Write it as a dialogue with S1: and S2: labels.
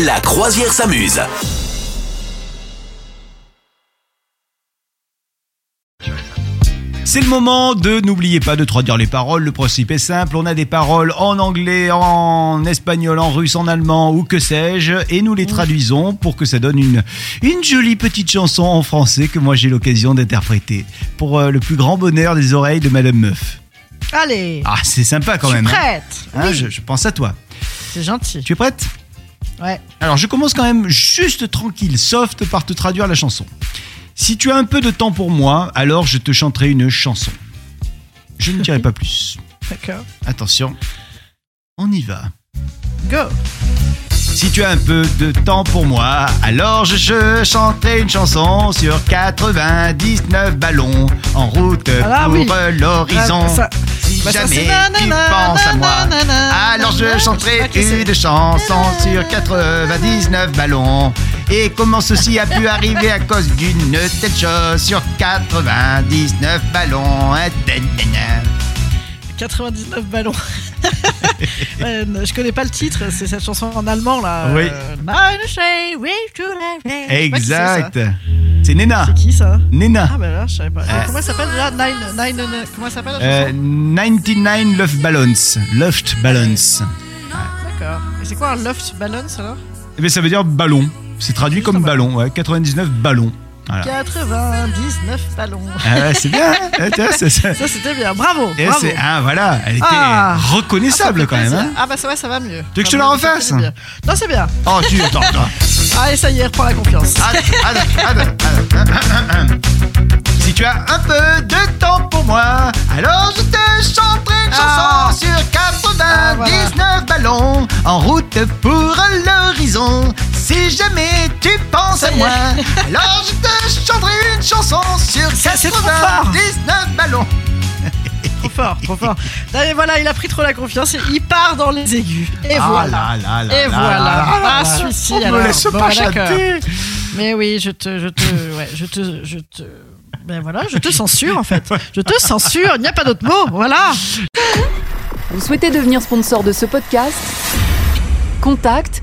S1: La croisière s'amuse.
S2: C'est le moment de n'oubliez pas de traduire les paroles. Le principe est simple, on a des paroles en anglais, en espagnol, en russe, en allemand ou que sais-je, et nous les traduisons pour que ça donne une, une jolie petite chanson en français que moi j'ai l'occasion d'interpréter pour euh, le plus grand bonheur des oreilles de Madame Meuf.
S3: Allez,
S2: Ah, c'est sympa quand
S3: je suis
S2: même. hein.
S3: prête.
S2: Hein,
S3: Oui,
S2: je, je pense à toi.
S3: C'est gentil.
S2: Tu es prête
S3: Ouais.
S2: Alors je commence quand même juste tranquille, soft, par te traduire la chanson. Si tu as un peu de temps pour moi, alors je te chanterai une chanson. Je ne dirai pas plus.
S3: D'accord.
S2: Attention, on y va.
S3: Go.
S2: Si tu as un peu de temps pour moi, alors je, je chanterai une chanson sur 99 ballons en route
S3: Ah là,
S2: pour
S3: oui.
S2: euh, l'horizon.
S3: Ah, ça-
S2: Si
S3: bah, ça,
S2: jamais
S3: c'est
S2: tu
S3: nanana,
S2: penses à moi,
S3: nanana,
S2: alors je
S3: nanana, je sais
S2: chanterai
S3: pas qui c'est.
S2: une chanson sur 99 ballons. Et comment ceci a pu arriver à cause d'une telle chose sur 99 ballons. Ah, da, da, da.
S3: 99 ballons. Ouais, ne- je connais pas le titre, c'est cette chanson en allemand là.
S2: Oui.
S3: Euh, Meine Schei, oui, je la fais. Je sais pas qui c'est, ça.
S2: Exact. C'est Nena.
S3: C'est qui ça
S2: Nena.
S3: Ah bah là, je savais pas.
S2: Euh.
S3: Comment ça s'appelle déjà Nine, nine, nine- Comment ça s'appelle la
S2: Euh,
S3: chanson
S2: 99 Love Balance. Loft Balance.
S3: D'accord. Et c'est quoi un loft balance alors
S2: Eh bien, ça veut dire ballon. C'est traduit comme ballon. ouais, 99 ballons. Voilà.
S3: 99 ballons.
S2: Ah ouais, c'est bien. hein Eh, tiens, c'est- c'est-
S3: Ça c'était bien, bravo.
S2: eh,
S3: bravo.
S2: c'est- ah, voilà, elle était
S3: Ah. Ah, ça
S2: reconnaissable
S3: fait
S2: quand même.
S3: plaisir.
S2: hein.
S3: Ah bah ça va, ça va mieux.
S2: veux que je te
S3: Ça
S2: la
S3: va,
S2: refasse
S3: c'est bien. Non, c'est bien.
S2: Oh, tu attends, attends.
S3: Allez, ça y est, reprends la confiance.
S2: Attends, attends, attends, attends. Si tu as un peu de temps pour moi, alors je te chanterai une chanson
S3: Ah.
S2: sur 99
S3: Ah, voilà.
S2: ballons en route pour l'horizon. Si jamais tu penses à
S3: y est.
S2: moi, alors je te chanterai une chanson sur
S3: Ça, c'est trop fort.
S2: 99 ballons.
S3: Trop fort, trop fort. Allez, voilà, il a pris trop la confiance et il part dans les aigus. Et
S2: Ah
S3: voilà.
S2: là là là là
S3: Et
S2: là
S3: voilà.
S2: là
S3: Ah,
S2: là.
S3: celui-ci,
S2: On me
S3: alors.
S2: laisse
S3: Bon,
S2: pas
S3: d'accord.
S2: chanter.
S3: Mais oui, je te, je te, ouais, je te, je te. Ben voilà, je te censure en fait. Je te censure, il n'y a pas d'autre mot. Voilà.
S4: Vous souhaitez devenir sponsor de ce podcast Contact